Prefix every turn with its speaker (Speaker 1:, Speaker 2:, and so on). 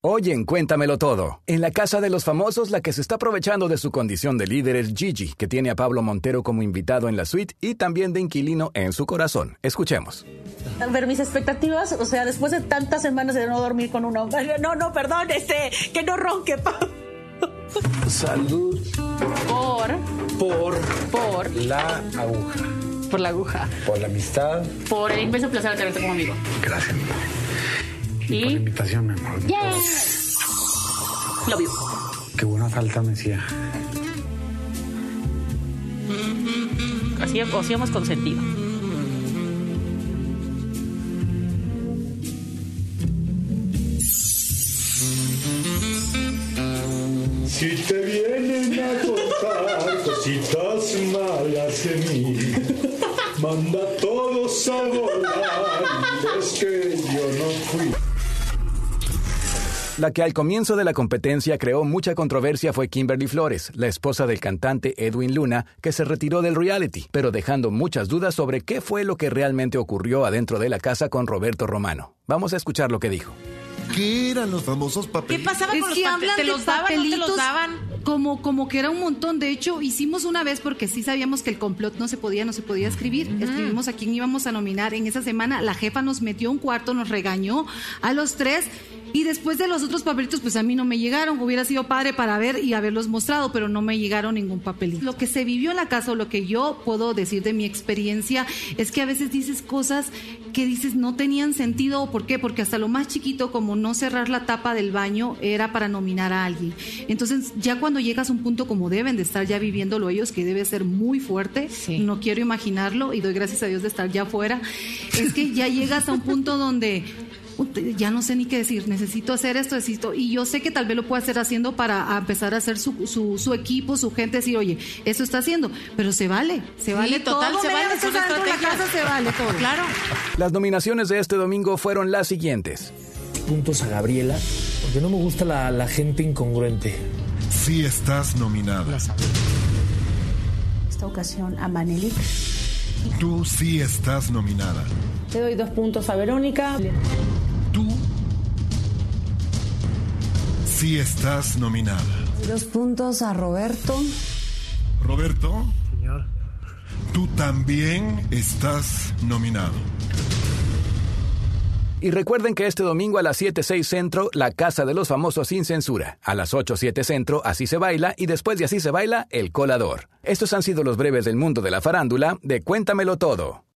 Speaker 1: Hoy en Cuéntamelo Todo, en la casa de los famosos la que se está aprovechando de su condición de líder es Gigi, que tiene a Pablo Montero como invitado en la suite y también de inquilino en su corazón. Escuchemos.
Speaker 2: A ver, mis expectativas, o sea, después de tantas semanas de no dormir con un hombre... No, no, perdón, este, que no ronque, Pablo.
Speaker 3: Salud
Speaker 2: Por,
Speaker 3: por
Speaker 2: por,
Speaker 3: la aguja,
Speaker 2: por la aguja.
Speaker 3: por la amistad.
Speaker 2: Por el inmenso placer de tenerte como amigo.
Speaker 3: Gracias, mi amor.
Speaker 2: Y-
Speaker 3: Por la invitación, mi amor.
Speaker 2: Lo vivo.
Speaker 3: Qué buena falta me hacía.
Speaker 2: Así, o sí hemos consentido.
Speaker 4: Si te vienen a contar cositas malas de mí, manda a todos a volar, es que yo no fui.
Speaker 1: La que al comienzo de la competencia creó mucha controversia fue Kimberly Flores, la esposa del cantante Edwin Luna, que se retiró del reality, pero dejando muchas dudas sobre qué fue lo que realmente ocurrió adentro de la casa con Roberto Romano. Vamos a escuchar lo que dijo.
Speaker 5: ¿Qué eran los famosos
Speaker 6: ¿Qué
Speaker 5: papeles?
Speaker 6: pasaba
Speaker 7: Es
Speaker 6: con los
Speaker 7: que
Speaker 6: papeles?
Speaker 7: hablan
Speaker 6: ¿Te
Speaker 7: de
Speaker 6: los daban no te
Speaker 7: papelitos
Speaker 6: los daban?
Speaker 7: Como, como que era un montón. De hecho, hicimos una vez porque sí sabíamos que el complot no se podía, no se podía escribir. Escribimos a quién íbamos a nominar. En esa semana la jefa nos metió un cuarto, nos regañó a los tres. Y después de los otros papelitos, pues a mí no me llegaron. Hubiera sido padre para ver y haberlos mostrado, pero no me llegaron ningún papelito. Lo que se vivió en la casa o lo que yo puedo decir de mi experiencia es que a veces dices cosas que dices no tenían sentido. ¿Por qué? Porque hasta lo más chiquito, como no cerrar la tapa del baño, era para nominar a alguien. Entonces, ya cuando llegas a un punto como deben de estar ya viviéndolo ellos, que debe ser muy fuerte,
Speaker 6: Sí.
Speaker 7: no quiero imaginarlo y doy gracias a Dios de estar ya afuera, es que ya llegas a un punto donde ya no sé ni qué decir, necesito hacer esto, necesito, y yo sé que tal vez lo pueda hacer haciendo para a empezar a hacer su, su, su equipo, su gente, decir, oye, esto está haciendo, pero se vale, se
Speaker 6: Sí,
Speaker 7: vale
Speaker 6: total,
Speaker 7: todo,
Speaker 6: se
Speaker 7: media
Speaker 6: vale,
Speaker 7: vez
Speaker 6: es una
Speaker 7: que salgo de la
Speaker 6: estrategia.
Speaker 7: casa se vale todo.
Speaker 6: Claro.
Speaker 1: Las nominaciones de este domingo fueron las siguientes.
Speaker 8: puntos a Gabriela, porque no me gusta la, la gente incongruente.
Speaker 5: Sí estás nominada.
Speaker 2: Esta ocasión a Manelik.
Speaker 5: Tú sí estás nominada.
Speaker 2: Le doy dos puntos a Verónica.
Speaker 5: Tú sí estás nominada.
Speaker 9: Dos puntos a Roberto.
Speaker 5: Roberto. Tú también estás nominado.
Speaker 1: Y recuerden que este domingo a las 7, 6 Centro, la casa de los famosos sin censura. A las 8, 7 Centro, Así se baila y después de Así se baila, El Colador. Estos han sido los breves del mundo de la farándula de Cuéntamelo Todo.